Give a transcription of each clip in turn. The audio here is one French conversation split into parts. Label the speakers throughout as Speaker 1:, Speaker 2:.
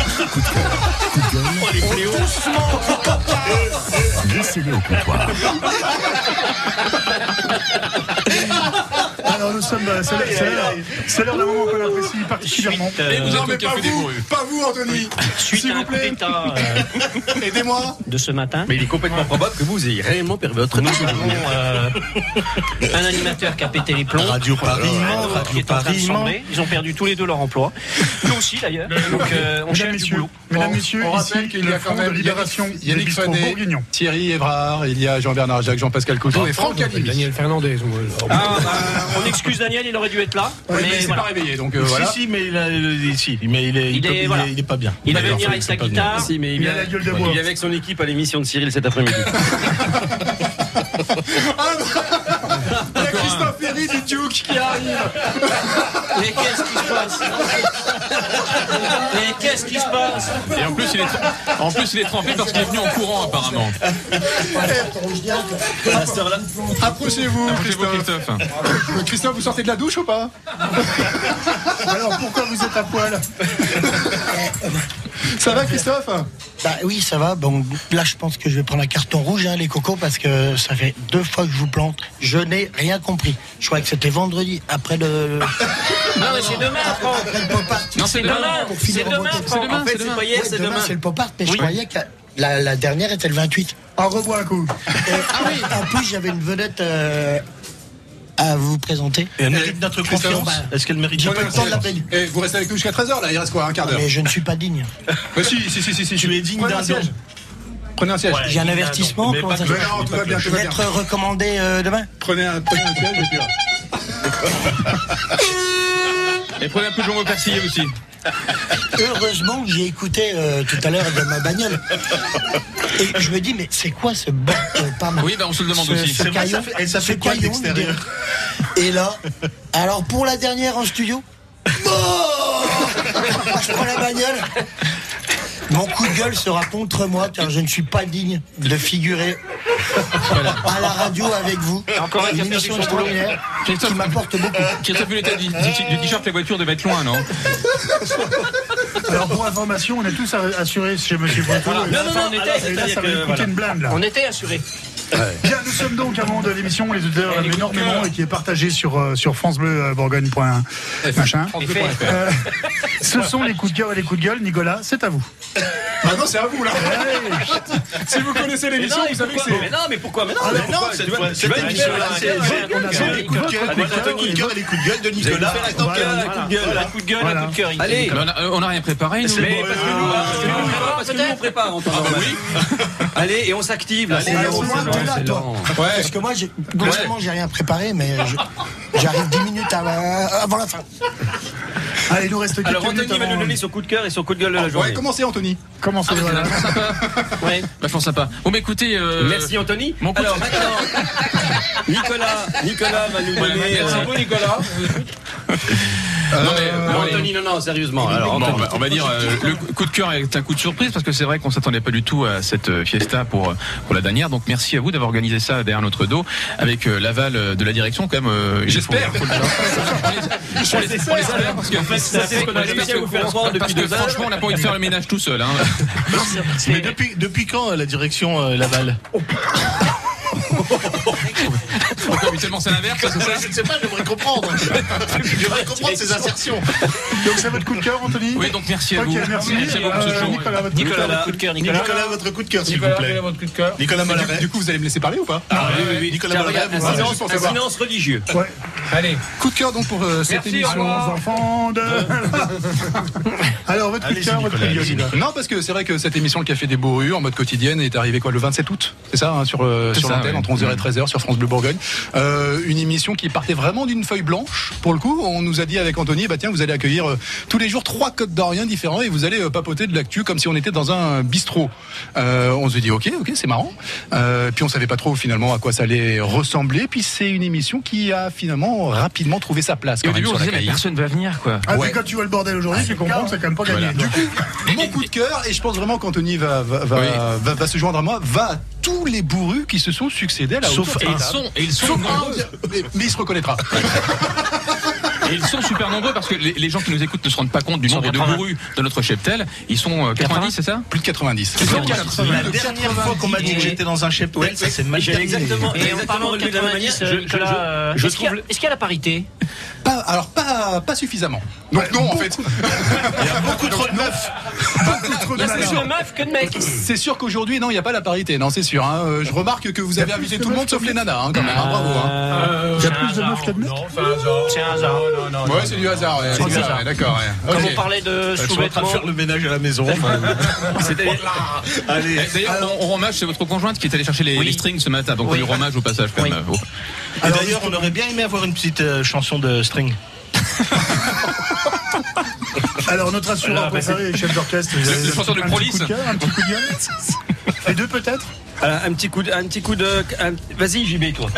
Speaker 1: Coup de cœur, coup de gueule.
Speaker 2: Oh, les fléaux.
Speaker 1: Laissez-les au comptoir.
Speaker 3: Alors nous sommes, euh, c'est l'heure- c'est l'heure- c'est l'heure d'un moment qu'on apprécie particulièrement.
Speaker 2: Suite, euh,
Speaker 4: Non,
Speaker 2: de
Speaker 4: mais pas
Speaker 2: Café des
Speaker 4: vous,
Speaker 2: Bourrues.
Speaker 4: pas vous, Anthony.
Speaker 5: Suite
Speaker 4: S'il
Speaker 5: à
Speaker 4: vous
Speaker 5: un coup
Speaker 4: plaît,
Speaker 5: d'état euh,
Speaker 4: aidez-moi.
Speaker 5: de ce matin,
Speaker 2: Mais il est complètement probable que vous ayez réellement perdu votre nom.
Speaker 5: nous avons euh, un animateur qui a pété les plombs.
Speaker 1: Radio Paris,
Speaker 5: euh, qui
Speaker 1: Radio
Speaker 5: est en train de
Speaker 1: Paris.
Speaker 5: sombrer. Ils ont perdu tous les deux leur emploi. Nous aussi d'ailleurs. Donc euh, on
Speaker 3: Mesdames,
Speaker 5: cherche du
Speaker 3: messieurs,
Speaker 5: boulot.
Speaker 3: mesdames,
Speaker 4: On-
Speaker 3: messieurs,
Speaker 4: on rappelle
Speaker 3: ici,
Speaker 4: qu'il y
Speaker 3: le
Speaker 4: a quand
Speaker 3: Front de
Speaker 4: même
Speaker 3: Libération
Speaker 4: Yannick-
Speaker 3: des
Speaker 4: Yannick
Speaker 3: Bistrots
Speaker 4: Fanet.
Speaker 3: Bourguignons.
Speaker 4: Thierry Évrard, il y a Jean-Bernard Jacques, Jean-Pascal Couteau et Franck Alimi.
Speaker 6: Daniel Fernandez.
Speaker 5: Ah, bah, on excuse Daniel, il aurait dû être là.
Speaker 4: Ouais, mais
Speaker 5: mais
Speaker 4: il s'est
Speaker 5: voilà.
Speaker 4: pas réveillé, donc euh, voilà.
Speaker 7: Si, si, mais il, a- il- si, mais il est,
Speaker 5: Il
Speaker 7: il,
Speaker 5: est-
Speaker 7: peut- il est-
Speaker 5: voilà.
Speaker 7: il est pas bien.
Speaker 5: Il devait
Speaker 7: D'accord,
Speaker 5: venir avec
Speaker 7: c'est
Speaker 5: sa
Speaker 7: pas bien.
Speaker 5: guitare.
Speaker 8: Si, mais il,
Speaker 3: Il
Speaker 8: vient-
Speaker 3: a la gueule de bois.
Speaker 8: il est avec son équipe à l'émission de Cyril cet après-midi.
Speaker 4: Il y a Christophe Ferry du Duke qui arrive.
Speaker 5: Mais qu'est-ce qui se passe Mais qu'est-ce qui se passe
Speaker 2: Et en plus, il est, en plus, il est trempé parce qu'il est venu en courant, apparemment.
Speaker 4: Approchez-vous,
Speaker 2: Approchez-vous,
Speaker 4: Christophe.
Speaker 2: Christophe.
Speaker 4: Euh, Christophe, vous sortez de la douche ou pas
Speaker 3: Alors pourquoi vous êtes à poil
Speaker 4: Ça va, Christophe
Speaker 9: Bah oui, ça va. Bon, là, je pense que je vais prendre un carton rouge, hein, les cocos, parce que ça fait deux fois que je vous plante. Je n'ai rien compris. Je croyais que c'était vendredi après le.
Speaker 5: Non, mais c'est demain, Franck.
Speaker 9: après le pop art.
Speaker 2: Non,
Speaker 5: C'est
Speaker 2: c'est
Speaker 5: demain.
Speaker 9: Pour
Speaker 5: C'est
Speaker 9: finir en
Speaker 5: demain,
Speaker 9: beauté.
Speaker 5: Franck. En
Speaker 2: demain,
Speaker 5: fait,
Speaker 2: c'est
Speaker 5: c'est
Speaker 2: demain.
Speaker 5: pas hier,
Speaker 9: Ouais,
Speaker 5: c'est
Speaker 9: demain,
Speaker 5: demain.
Speaker 9: c'est le pop art, mais
Speaker 5: Oui.
Speaker 9: je croyais que la, la dernière était le 28.
Speaker 3: En rebois un coup.
Speaker 9: Et- Ah oui, en plus, j'avais une vedette euh, à vous présenter.
Speaker 7: Et elle mérite notre
Speaker 4: Christophe,
Speaker 7: confiance.
Speaker 9: bah,
Speaker 7: Est-ce qu'elle mérite
Speaker 9: j'ai
Speaker 7: notre
Speaker 9: pas le temps de la
Speaker 7: confiance
Speaker 9: peine.
Speaker 4: Eh, Vous restez avec nous jusqu'à 13h, là, il reste quoi, un quart d'heure
Speaker 9: Mais je ne suis pas digne.
Speaker 4: Mais si, si, si, si, si,
Speaker 7: Tu es digne
Speaker 4: Prenez un
Speaker 7: d'un
Speaker 4: siège.
Speaker 7: don.
Speaker 4: Prenez un siège.
Speaker 9: J'ai un avertissement.
Speaker 7: mais
Speaker 9: comment
Speaker 7: pas
Speaker 9: ça
Speaker 7: que-
Speaker 9: se
Speaker 4: Mais non, tout va bien,
Speaker 9: Je
Speaker 4: tout va
Speaker 9: vais
Speaker 4: bien.
Speaker 9: être recommandé euh, demain.
Speaker 4: Prenez un, prenez un siège et puis. voilà.
Speaker 2: Et prenez un peu de jambon persillé aussi.
Speaker 9: Heureusement que j'ai écouté euh, tout à l'heure de ma bagnole. Et je me dis, mais c'est quoi ce bord
Speaker 2: Oui, ben, on se le demande aussi.
Speaker 9: Ce
Speaker 2: C'est
Speaker 7: vrai,
Speaker 9: caillou,
Speaker 7: ça fait- elle, ça
Speaker 9: ce
Speaker 7: fait quoi de
Speaker 9: caillou,
Speaker 7: l'extérieur
Speaker 9: nous dit- Et là, alors pour la dernière en studio, bon je prends la bagnole. Mon coup de gueule sera contre moi car je ne suis pas digne de figurer à la radio avec vous.
Speaker 5: Encore un qui a
Speaker 9: une
Speaker 5: perdu
Speaker 9: émission
Speaker 5: son boulot.
Speaker 9: extraordinaire qui m'apporte beaucoup.
Speaker 7: Euh,
Speaker 2: Christophe, vu l'état du du t-shirt, la voiture devait être loin, non
Speaker 3: Alors pour information, on est tous a- assurés chez Monsieur Breton. Et là,
Speaker 5: Non, non, non, on était,
Speaker 3: alors, et là,
Speaker 5: c'est-à-dire
Speaker 3: ça
Speaker 5: que,
Speaker 3: va lui coûter
Speaker 5: voilà.
Speaker 3: une blinde là.
Speaker 5: On était assurés.
Speaker 3: Bien, nous sommes donc à un moment de l'émission, les auditeurs
Speaker 5: Elle
Speaker 3: l'aiment
Speaker 5: écoute
Speaker 3: énormément
Speaker 5: que-
Speaker 3: et qui est partagé sur, euh, sur France Bleu euh, Bourgogne. point Machin. Euh, ce sont les coups de cœur et les coups de gueule. Nicolas, c'est à vous.
Speaker 4: Maintenant, Ah c'est à vous, là. Si vous connaissez
Speaker 5: Mais
Speaker 4: l'émission,
Speaker 5: non, mais
Speaker 4: vous savez que
Speaker 5: pourquoi
Speaker 4: c'est.
Speaker 5: Mais non, mais pourquoi Mais non, mais-
Speaker 7: Mais Ah, non, cette fois, cette
Speaker 5: vas
Speaker 7: émission-là,
Speaker 5: nous
Speaker 7: c'est
Speaker 5: faire la
Speaker 3: On a
Speaker 5: gueule.
Speaker 3: fait les coups de cœur et les
Speaker 7: avec
Speaker 3: coups de
Speaker 7: Anthony
Speaker 3: gueule.
Speaker 7: Cœur et les coups de gueule de Nicolas.
Speaker 3: Voilà.
Speaker 5: Un coup de gueule, un coup de gueule,
Speaker 3: Voilà.
Speaker 5: un coup de cœur. il-
Speaker 2: Mais
Speaker 5: Allez
Speaker 2: on
Speaker 4: euh,
Speaker 2: a- On n'a rien préparé, nous.
Speaker 5: mais parce que nous, parce que nous, on prépare, parce que nous, on prépare en temps
Speaker 7: Ah, bah
Speaker 5: normal. Allez, et on s'active là.
Speaker 9: Ah,
Speaker 5: c'est
Speaker 9: c'est loin, t'es là, toi. Parce que moi, j'ai- non seulement j'ai rien préparé, mais je- j'arrive 10 minutes avant- avant la fin.
Speaker 3: Allez, il nous reste quelques
Speaker 5: Alors
Speaker 3: minutes
Speaker 5: Anthony va
Speaker 3: avant- euh, Ah,
Speaker 5: nous donner son coup de cœur et son coup de gueule de la
Speaker 4: Ouais,
Speaker 5: journée.
Speaker 4: commencez, Anthony.
Speaker 3: Comment ça voilà.
Speaker 5: Ouais.
Speaker 2: Vachement sympa. Bon, bah écoutez. euh,
Speaker 5: Merci Anthony.
Speaker 2: mon coup de-
Speaker 5: Alors maintenant, Nicolas, Nicolas va nous
Speaker 2: Ouais,
Speaker 5: donner.
Speaker 2: merci.
Speaker 5: euh,
Speaker 2: Nicolas. Non, mais.
Speaker 4: Euh,
Speaker 2: bon,
Speaker 5: Non,
Speaker 2: allez.
Speaker 5: Anthony, non, non, sérieusement.
Speaker 2: Bon,
Speaker 5: Alors,
Speaker 2: on,
Speaker 5: Anthony.
Speaker 2: va, on va dire euh, le coup de cœur est un coup de surprise parce que c'est vrai qu'on s'attendait pas du tout à cette euh, fiesta pour euh, pour la dernière. Donc merci à vous d'avoir organisé ça derrière notre dos avec euh, l'aval euh, de la direction quand même. euh, il
Speaker 4: J'espère.
Speaker 2: faut- faut le dire. On les- on les- on les espère parce que
Speaker 5: ça fait qu'on a réussi à vous faire croire
Speaker 2: parce
Speaker 5: depuis
Speaker 2: que
Speaker 5: deux ans.
Speaker 2: franchement on n'a pas envie de faire le ménage tout seul. Hein.
Speaker 7: Mais depuis, depuis quand euh, la direction euh, Laval
Speaker 2: Pourquoi habituellement c'est l'inverse ça, c'est ça
Speaker 7: Je ne sais pas, j'aimerais comprendre. J'aimerais comprendre ces insertions.
Speaker 3: Donc c'est votre coup de cœur, Anthony
Speaker 2: Oui donc merci à
Speaker 3: Ok,
Speaker 2: vous.
Speaker 3: merci.
Speaker 2: à vous pour ce
Speaker 3: Euh,
Speaker 2: show.
Speaker 3: Nicolas, votre
Speaker 5: Nicolas, votre coup
Speaker 3: coup de cœur.
Speaker 5: de cœur, Nicolas.
Speaker 7: Nicolas, votre coup de cœur, s'il vous plaît.
Speaker 6: coup de cœur.
Speaker 7: Nicolas
Speaker 4: Du,
Speaker 7: Malaret.
Speaker 4: du coup, vous allez me laisser parler ou pas
Speaker 7: Ah, oui, oui,
Speaker 5: oui.
Speaker 7: oui, Nicolas
Speaker 5: Tiens,
Speaker 7: Malaret,
Speaker 5: regarde,
Speaker 7: vous
Speaker 5: un
Speaker 7: parlez.
Speaker 5: silence- un silence religieux.
Speaker 3: Ouais.
Speaker 6: Allez.
Speaker 4: Coup de cœur donc pour euh, cette
Speaker 6: Merci, au
Speaker 4: émission.
Speaker 6: revoir.
Speaker 3: Les enfants de. Alors votre coup de
Speaker 7: Allez-y,
Speaker 3: cœur, votre coup de
Speaker 7: Nicolas,
Speaker 3: gueule.
Speaker 7: allez-y,
Speaker 3: Nicolas.
Speaker 4: Non, parce que c'est vrai que cette émission, le Café des Bourrues, en mode quotidienne, est arrivée quoi le 27 août C'est ça, hein, sur, euh,
Speaker 2: C'est
Speaker 4: sur
Speaker 2: ça,
Speaker 4: l'antenne,
Speaker 2: ouais.
Speaker 4: entre 11h et 13h, sur France Bleu Bourgogne. Euh, une émission qui partait vraiment d'une feuille blanche, pour le coup. On nous a dit avec Anthony, bah tiens, vous allez accueillir euh, tous les jours trois codes d'Orient différents et vous allez euh, papoter de l'actu comme si on était dans un bistrot. Euh, on se dit, ok, ok, c'est marrant. Euh, puis on savait pas trop finalement à quoi ça allait ressembler. Puis c'est une émission qui a finalement rapidement trouvé sa place.
Speaker 2: Et
Speaker 4: Quand
Speaker 2: au
Speaker 4: même,
Speaker 2: début on
Speaker 4: sur
Speaker 2: se
Speaker 4: la
Speaker 2: disait mais
Speaker 4: cahier.
Speaker 2: personne va venir quoi.
Speaker 3: Ah,
Speaker 4: Ouais.
Speaker 3: mais quand tu vois le bordel aujourd'hui,
Speaker 7: Ah,
Speaker 3: tu comprends que c'est quand même pas gagné.
Speaker 4: Du coup, mon coup de cœur, et je pense vraiment qu'Anthony va, va, va,
Speaker 2: Oui.
Speaker 4: va, va se joindre à moi, va à tous les bourrus qui se sont succédés là
Speaker 2: Sauf et ils sont et ils sont
Speaker 4: mais, mais il se reconnaîtra.
Speaker 2: Et ils sont super nombreux parce que les, les gens qui nous écoutent ne se rendent pas compte du nombre de
Speaker 8: 180.
Speaker 2: bourrus dans notre cheptel. Ils sont euh, 90, c'est ça
Speaker 4: Plus de 90.
Speaker 2: Plus de
Speaker 7: La
Speaker 2: 90.
Speaker 7: dernière fois qu'on m'a dit que j'étais dans un cheptel, ça c'est ma
Speaker 5: J'avais exactement,
Speaker 8: Et en
Speaker 5: exactement
Speaker 8: parlant de
Speaker 5: relevé de la même manière.
Speaker 8: 90,
Speaker 5: Je- je- je-
Speaker 8: Nicolas,
Speaker 5: je
Speaker 8: euh, est-ce qu'il y a-
Speaker 5: trouve-
Speaker 8: est-ce qu'il y a la parité
Speaker 4: Pas, alors pas, pas suffisamment. Donc non, en fait.
Speaker 7: Il y a beaucoup trop de meufs.
Speaker 8: Là, c'est plus de meufs que de mecs.
Speaker 4: C'est sûr qu'aujourd'hui, non, il n'y a pas la parité, non, c'est sûr. hein. Euh, Je remarque que vous avez invité tout le monde sauf les nanas, hein, quand même. hein, bravo. hein.
Speaker 3: Il y a plus de meufs que de mecs.
Speaker 7: c'est un hasard. C'est un hasard.
Speaker 4: Ouais, c'est du hasard. ouais, c'est du hasard, ouais, D'accord. ouais.
Speaker 8: Comme
Speaker 4: Ok.
Speaker 8: on parlait de
Speaker 7: Je suis en train de
Speaker 8: sous-vêtements.
Speaker 7: faire le ménage à la maison. Allez.
Speaker 2: Eh, D'ailleurs, on, on rend hommage, c'est votre conjointe qui est allée chercher les, les strings ce matin, donc on lui rend hommage au passage quand même. Oh.
Speaker 7: Et D'ailleurs, on aurait bien aimé avoir une petite euh, chanson de string.
Speaker 3: Alors, notre assureur
Speaker 7: bah,
Speaker 3: préféré, chef d'orchestre. vous avez
Speaker 2: le chanteur de
Speaker 3: un petit
Speaker 2: Prolis.
Speaker 3: coup cœur, Un petit coup de gueule Les deux peut-être
Speaker 5: Voilà, Euh, un petit coup de, un petit coup de, un- vas-y JB toi.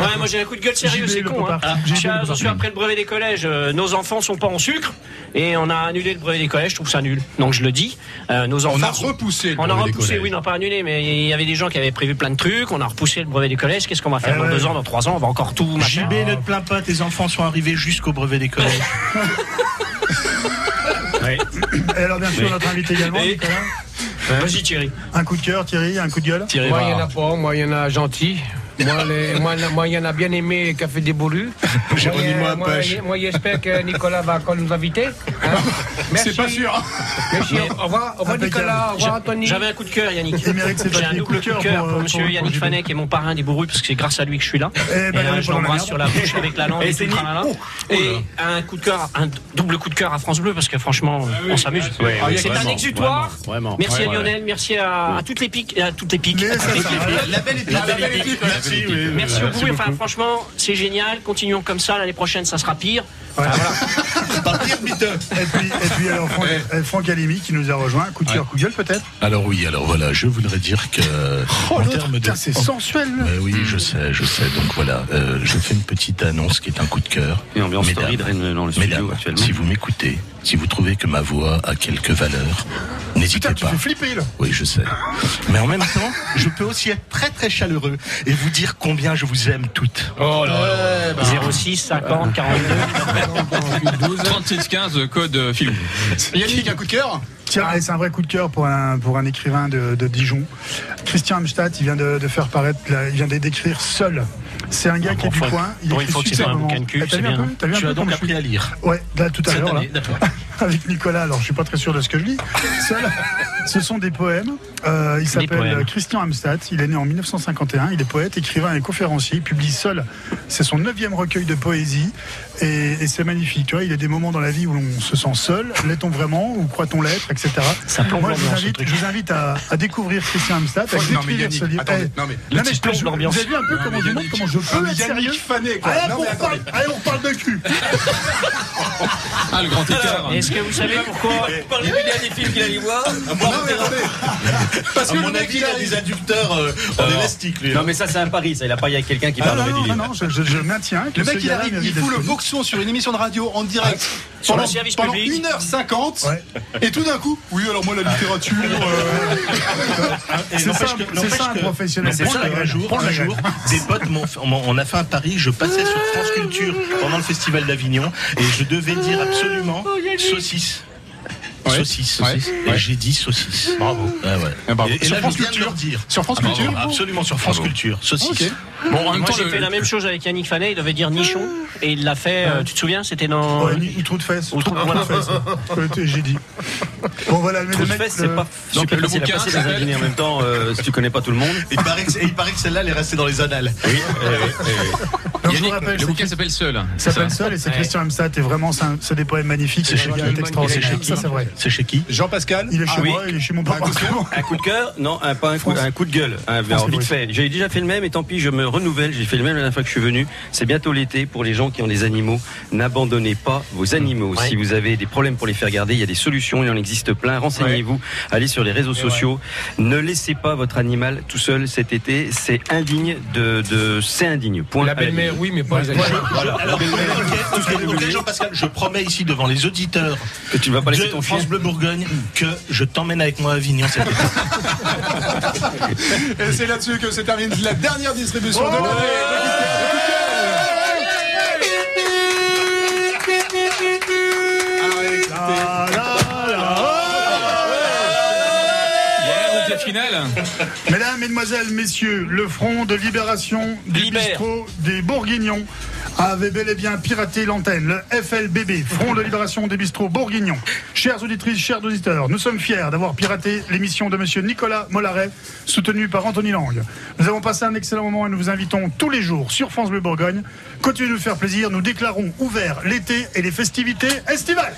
Speaker 8: Ouais, moi j'ai un coup de gueule sérieux,
Speaker 3: JB,
Speaker 8: c'est
Speaker 3: le
Speaker 8: con. Hein.
Speaker 3: popard. JB,
Speaker 8: Je suis-
Speaker 3: le
Speaker 8: J'en
Speaker 3: popard.
Speaker 8: suis après le brevet des collèges. Euh, Nos enfants sont pas en sucre et on a annulé le brevet des collèges. Je trouve ça nul. Donc je le dis. Euh, nos enfants.
Speaker 4: On a
Speaker 8: sont-
Speaker 4: repoussé. le
Speaker 8: On a
Speaker 4: brevet des
Speaker 8: repoussé,
Speaker 4: collèges.
Speaker 8: oui, non pas annulé, mais il y avait des gens qui avaient prévu plein de trucs. On a repoussé le brevet des collèges. Qu'est-ce qu'on va faire
Speaker 3: Eh
Speaker 8: dans
Speaker 3: ouais.
Speaker 8: deux ans, dans trois ans On va encore tout. machin.
Speaker 7: JB, ne te plains pas, tes enfants sont arrivés jusqu'au brevet des collèges.
Speaker 3: Et alors, bien sûr, notre invité également,
Speaker 8: Et-
Speaker 3: Nicolas.
Speaker 8: Vas-y Thierry.
Speaker 3: Un coup de cœur, Thierry, un coup de gueule.
Speaker 8: Thierry
Speaker 6: Moi, il y en
Speaker 8: Varard.
Speaker 6: a pas. Moi, il y en a gentil. Moi, les- moi, la- moi, il y en a bien aimé Café des Boulus.
Speaker 7: Géronimo
Speaker 6: Moi, euh,
Speaker 7: Apache.
Speaker 6: moi, moi, j'espère que Nicolas va encore nous inviter. hein. Merci.
Speaker 4: C'est pas sûr. hein.
Speaker 6: Merci. Au revoir, au revoir,
Speaker 3: Impeccable.
Speaker 6: Nicolas. Au revoir, Anthony.
Speaker 8: J'avais un coup de cœur, Yannick.
Speaker 3: Il mérite ses
Speaker 8: J'ai un
Speaker 3: papiers.
Speaker 8: double coup de cœur pour,
Speaker 3: euh,
Speaker 8: monsieur
Speaker 3: pour-
Speaker 8: Yannick
Speaker 3: pour
Speaker 8: Fanet, qui est mon parrain des bourrus, parce que c'est grâce à lui que je suis là.
Speaker 3: Eh ben,
Speaker 8: et
Speaker 3: il y en a
Speaker 8: euh,
Speaker 3: pas
Speaker 8: je
Speaker 3: dans la
Speaker 8: l'embrasse
Speaker 3: merde.
Speaker 8: sur la bouche avec la langue. Et, tout le tralala. et un coup de cœur, un double coup de cœur à France Bleu, parce que franchement, on s'amuse.
Speaker 4: Ah, il y a
Speaker 8: C'est un
Speaker 4: vraiment,
Speaker 8: exutoire.
Speaker 5: Vraiment.
Speaker 8: Merci à Lionel, merci à, à toutes les piques, et à toutes les piques.
Speaker 3: Mais ça, ça
Speaker 8: Avec
Speaker 3: va.
Speaker 8: les piques.
Speaker 7: La belle équipe.
Speaker 4: La belle équipe.
Speaker 7: Merci, oui, oui.
Speaker 8: Merci beaucoup. Enfin, franchement, c'est génial. Continuons comme ça. L'année prochaine, ça sera pire.
Speaker 3: Et puis, et puis alors, Franck, euh, Franck Alimi qui nous a rejoint. Coup de cœur, coup de gueule peut-être
Speaker 10: Alors oui, alors voilà, je voudrais dire que
Speaker 8: Oh,
Speaker 10: en termes de,
Speaker 3: C'est sensuel. là.
Speaker 10: Euh, oui, je sais, je sais. Donc voilà, euh, je fais une petite annonce qui est un coup de cœur.
Speaker 8: Et ambiance
Speaker 10: Mesdames,
Speaker 8: torride règne dans le studio
Speaker 10: mesdames,
Speaker 8: actuellement.
Speaker 10: Si vous m'écoutez, si vous trouvez que ma voix a quelque valeur, n'hésitez
Speaker 3: Putain, tu
Speaker 10: pas.
Speaker 3: fais flipper là.
Speaker 10: Oui, je sais. Mais en même temps,
Speaker 7: Je peux aussi être très très chaleureux et vous dire combien je vous aime toutes.
Speaker 8: 06 50 42.
Speaker 2: 36 15 code euh, film.
Speaker 4: Yannick, un coup de cœur
Speaker 3: Tiens, et c'est un vrai coup de cœur pour un, pour un écrivain de, de Dijon. Christian Amstadt, il vient de, de faire paraître, la- il vient de- d'écrire seul. C'est un gars qui est du
Speaker 8: enfin,
Speaker 3: coin. Il
Speaker 8: bon,
Speaker 3: écrit
Speaker 8: il faut que tu
Speaker 3: super
Speaker 8: fasses un
Speaker 3: moment.
Speaker 8: bouquin de cul,
Speaker 3: Eh, T'as
Speaker 8: c'est
Speaker 3: vu un
Speaker 8: bien.
Speaker 3: peu T'as vu un
Speaker 7: Tu
Speaker 3: peu
Speaker 7: as donc
Speaker 3: comment
Speaker 7: appris
Speaker 3: je
Speaker 7: à lire.
Speaker 3: suis Ouais, là, tout à
Speaker 7: Cette
Speaker 3: l'heure, là.
Speaker 7: année, d'accord.
Speaker 3: Avec Nicolas, alors je suis pas très sûr de ce que je lis. Seul, ce sont des poèmes. Euh, il s'appelle
Speaker 8: poèmes.
Speaker 3: Christian Amstadt. Il est né en 1951. Il est poète, écrivain et conférencier. Il publie seul. C'est son neuvième recueil de poésie. Et, et c'est magnifique. Tu vois, il y a des moments dans la vie où l'on se sent seul. L'est-on vraiment Ou croit-on l'être Etc.
Speaker 8: plombe
Speaker 3: Moi, je vous
Speaker 8: l'ambiance, ce
Speaker 3: invite,
Speaker 8: truc.
Speaker 3: je vous invite à, à découvrir Christian Amstadt. à
Speaker 4: Oh, non, mais
Speaker 3: découvrir
Speaker 4: Yannick,
Speaker 3: ce livre.
Speaker 4: attendez,
Speaker 3: Eh,
Speaker 4: non, mais
Speaker 3: non,
Speaker 8: tu
Speaker 3: mais je
Speaker 8: plombes
Speaker 3: je-
Speaker 8: l'ambiance.
Speaker 3: Vous avez vu un peu comment, je montre comment je peux être sérieux Eh,
Speaker 4: Yannick Fanet, quoi.
Speaker 3: Allez,
Speaker 4: Non,
Speaker 3: on
Speaker 4: mais
Speaker 3: parle- allez, on parle de cul
Speaker 2: Ah, le grand écart.
Speaker 8: Est-ce que vous savez pourquoi
Speaker 5: Parlez-lui des derniers films qu'il allait voir.
Speaker 4: Non, mais attendez. Parce
Speaker 7: À
Speaker 4: que le
Speaker 7: mon
Speaker 4: mec,
Speaker 7: avis, il
Speaker 4: il
Speaker 7: a des adducteurs euh, en élastique, lui.
Speaker 5: Non mais ça c'est un pari, ça. Il a parié avec quelqu'un qui
Speaker 3: Ah,
Speaker 5: parle
Speaker 3: non,
Speaker 5: de
Speaker 3: non,
Speaker 5: du
Speaker 3: non,
Speaker 5: livre.
Speaker 3: non, je, je- je maintiens que
Speaker 4: Le
Speaker 3: ce
Speaker 4: mec, il
Speaker 3: gars-là
Speaker 4: arrive, il
Speaker 3: mérite
Speaker 4: fout le
Speaker 3: d'être
Speaker 4: boxon sur une émission de radio en direct
Speaker 8: Sur le
Speaker 4: pendant,
Speaker 8: service
Speaker 4: pendant
Speaker 8: public.
Speaker 4: 1h50.
Speaker 3: Ouais.
Speaker 4: Et tout d'un coup, oui, alors moi,
Speaker 7: Ah.
Speaker 4: la littérature. euh,
Speaker 7: Et
Speaker 3: C'est
Speaker 7: n'empêche
Speaker 3: ça,
Speaker 7: que-
Speaker 3: c'est
Speaker 7: n'empêche
Speaker 3: ça, un
Speaker 7: que-
Speaker 3: professionnel.
Speaker 7: n'empêche
Speaker 3: Prends le
Speaker 7: que
Speaker 3: regret,
Speaker 7: un jour,
Speaker 3: prends le
Speaker 7: un
Speaker 3: regret.
Speaker 7: jour, des potes m'ont fait- m'ont- on a fait un pari, je passais sur France Culture pendant le festival d'Avignon et je devais dire absolument saucisse.
Speaker 4: Ouais.
Speaker 7: Saucisse,
Speaker 4: Ouais.
Speaker 7: saucisse. Et j'ai dit saucisse. Bravo.
Speaker 4: Ah, bravo.
Speaker 7: Et, et
Speaker 4: Sur
Speaker 7: là,
Speaker 4: France
Speaker 7: je viens de
Speaker 4: Culture.
Speaker 7: leur dire.
Speaker 4: Sur France
Speaker 5: Ah,
Speaker 4: Culture
Speaker 7: Absolument sur France Culture, saucisse.
Speaker 4: Ok.
Speaker 2: Bon, en même
Speaker 8: Moi
Speaker 2: temps,
Speaker 8: j'ai
Speaker 2: le-
Speaker 8: fait la même chose avec Yannick Fanet, il devait dire nichon et il l'a fait, euh, tu te souviens, c'était dans...
Speaker 3: Ouais, ni- ou trou de fesses.
Speaker 8: Ou
Speaker 3: Trou
Speaker 8: trou- voilà.
Speaker 3: de fesses. ouais. J'ai dit. Bon, voilà, mais
Speaker 5: Trou
Speaker 3: le
Speaker 5: de
Speaker 3: mec.
Speaker 5: fesses,
Speaker 3: le-
Speaker 5: c'est pas
Speaker 2: donc,
Speaker 5: super
Speaker 2: le
Speaker 5: facile à
Speaker 2: bouquin
Speaker 5: passer dans un
Speaker 2: s'appelle-
Speaker 5: dîner en même temps euh, si tu connais pas tout le monde.
Speaker 7: Et il paraît que, et il paraît que celle-là, elle est restée dans les annales.
Speaker 3: Donc, je vous
Speaker 2: Yannick,
Speaker 3: rappelle,
Speaker 2: le
Speaker 3: c'est
Speaker 2: bouquin s'appelle Seul. c'est
Speaker 3: s'appelle
Speaker 2: ça
Speaker 3: Seul et c'est
Speaker 6: Ouais.
Speaker 3: Christian Amstadt. Et vraiment, c'est un- c'est des poèmes magnifiques.
Speaker 7: C'est chez
Speaker 3: un
Speaker 7: qui
Speaker 3: texte extraordinaire. Ça, c'est vrai.
Speaker 7: C'est chez qui
Speaker 4: Jean-Pascal
Speaker 3: Il est chez
Speaker 5: oui.
Speaker 3: moi, il est chez
Speaker 7: Ah,
Speaker 4: Bah,
Speaker 3: mon papa.
Speaker 5: Un coup de cœur Non, un, pas un coup,
Speaker 3: France.
Speaker 5: un coup de gueule.
Speaker 6: Ah,
Speaker 5: Un,
Speaker 3: France
Speaker 5: alors, vite
Speaker 3: Bleu.
Speaker 5: fait. J'ai déjà fait le même et tant pis, je me renouvelle. J'ai fait le même la dernière fois que je suis venu. C'est bientôt l'été pour les gens qui ont des animaux. N'abandonnez pas vos animaux. Si vous avez des problèmes pour les faire garder, il y a des solutions. Il en existe plein. Renseignez-vous. Allez sur les réseaux sociaux. Ne laissez pas votre animal tout seul cet été. C'est indigne de. de c'est indigne. Point.
Speaker 6: La
Speaker 5: à la
Speaker 6: belle-mère,
Speaker 5: ligne.
Speaker 6: oui, mais pas les animaux.
Speaker 5: Ah,
Speaker 7: Alors, ok, ok, ok, Jean-Pascal, je promets ici devant les auditeurs
Speaker 5: Que tu ne vas pas laisser
Speaker 7: de
Speaker 5: ton chien.
Speaker 7: France Bleu Bourgogne que je t'emmène avec moi à Avignon cet été.
Speaker 4: Et c'est là-dessus que se termine la dernière distribution de l'année.
Speaker 2: finale.
Speaker 3: Mesdames, Mesdemoiselles, Messieurs, le front de libération du bistrot des Bourguignons avait bel et bien piraté l'antenne, le FLBB, Front de libération des bistrots Bourguignons. Chères auditrices, chers auditeurs, nous sommes fiers d'avoir piraté l'émission de Monsieur Nicolas Mollaret, soutenu par Anthony Lang. Nous avons passé un excellent moment et nous vous invitons tous les jours sur France Bleu Bourgogne. Continuez de nous faire plaisir, nous déclarons ouvert l'été et les festivités estivales.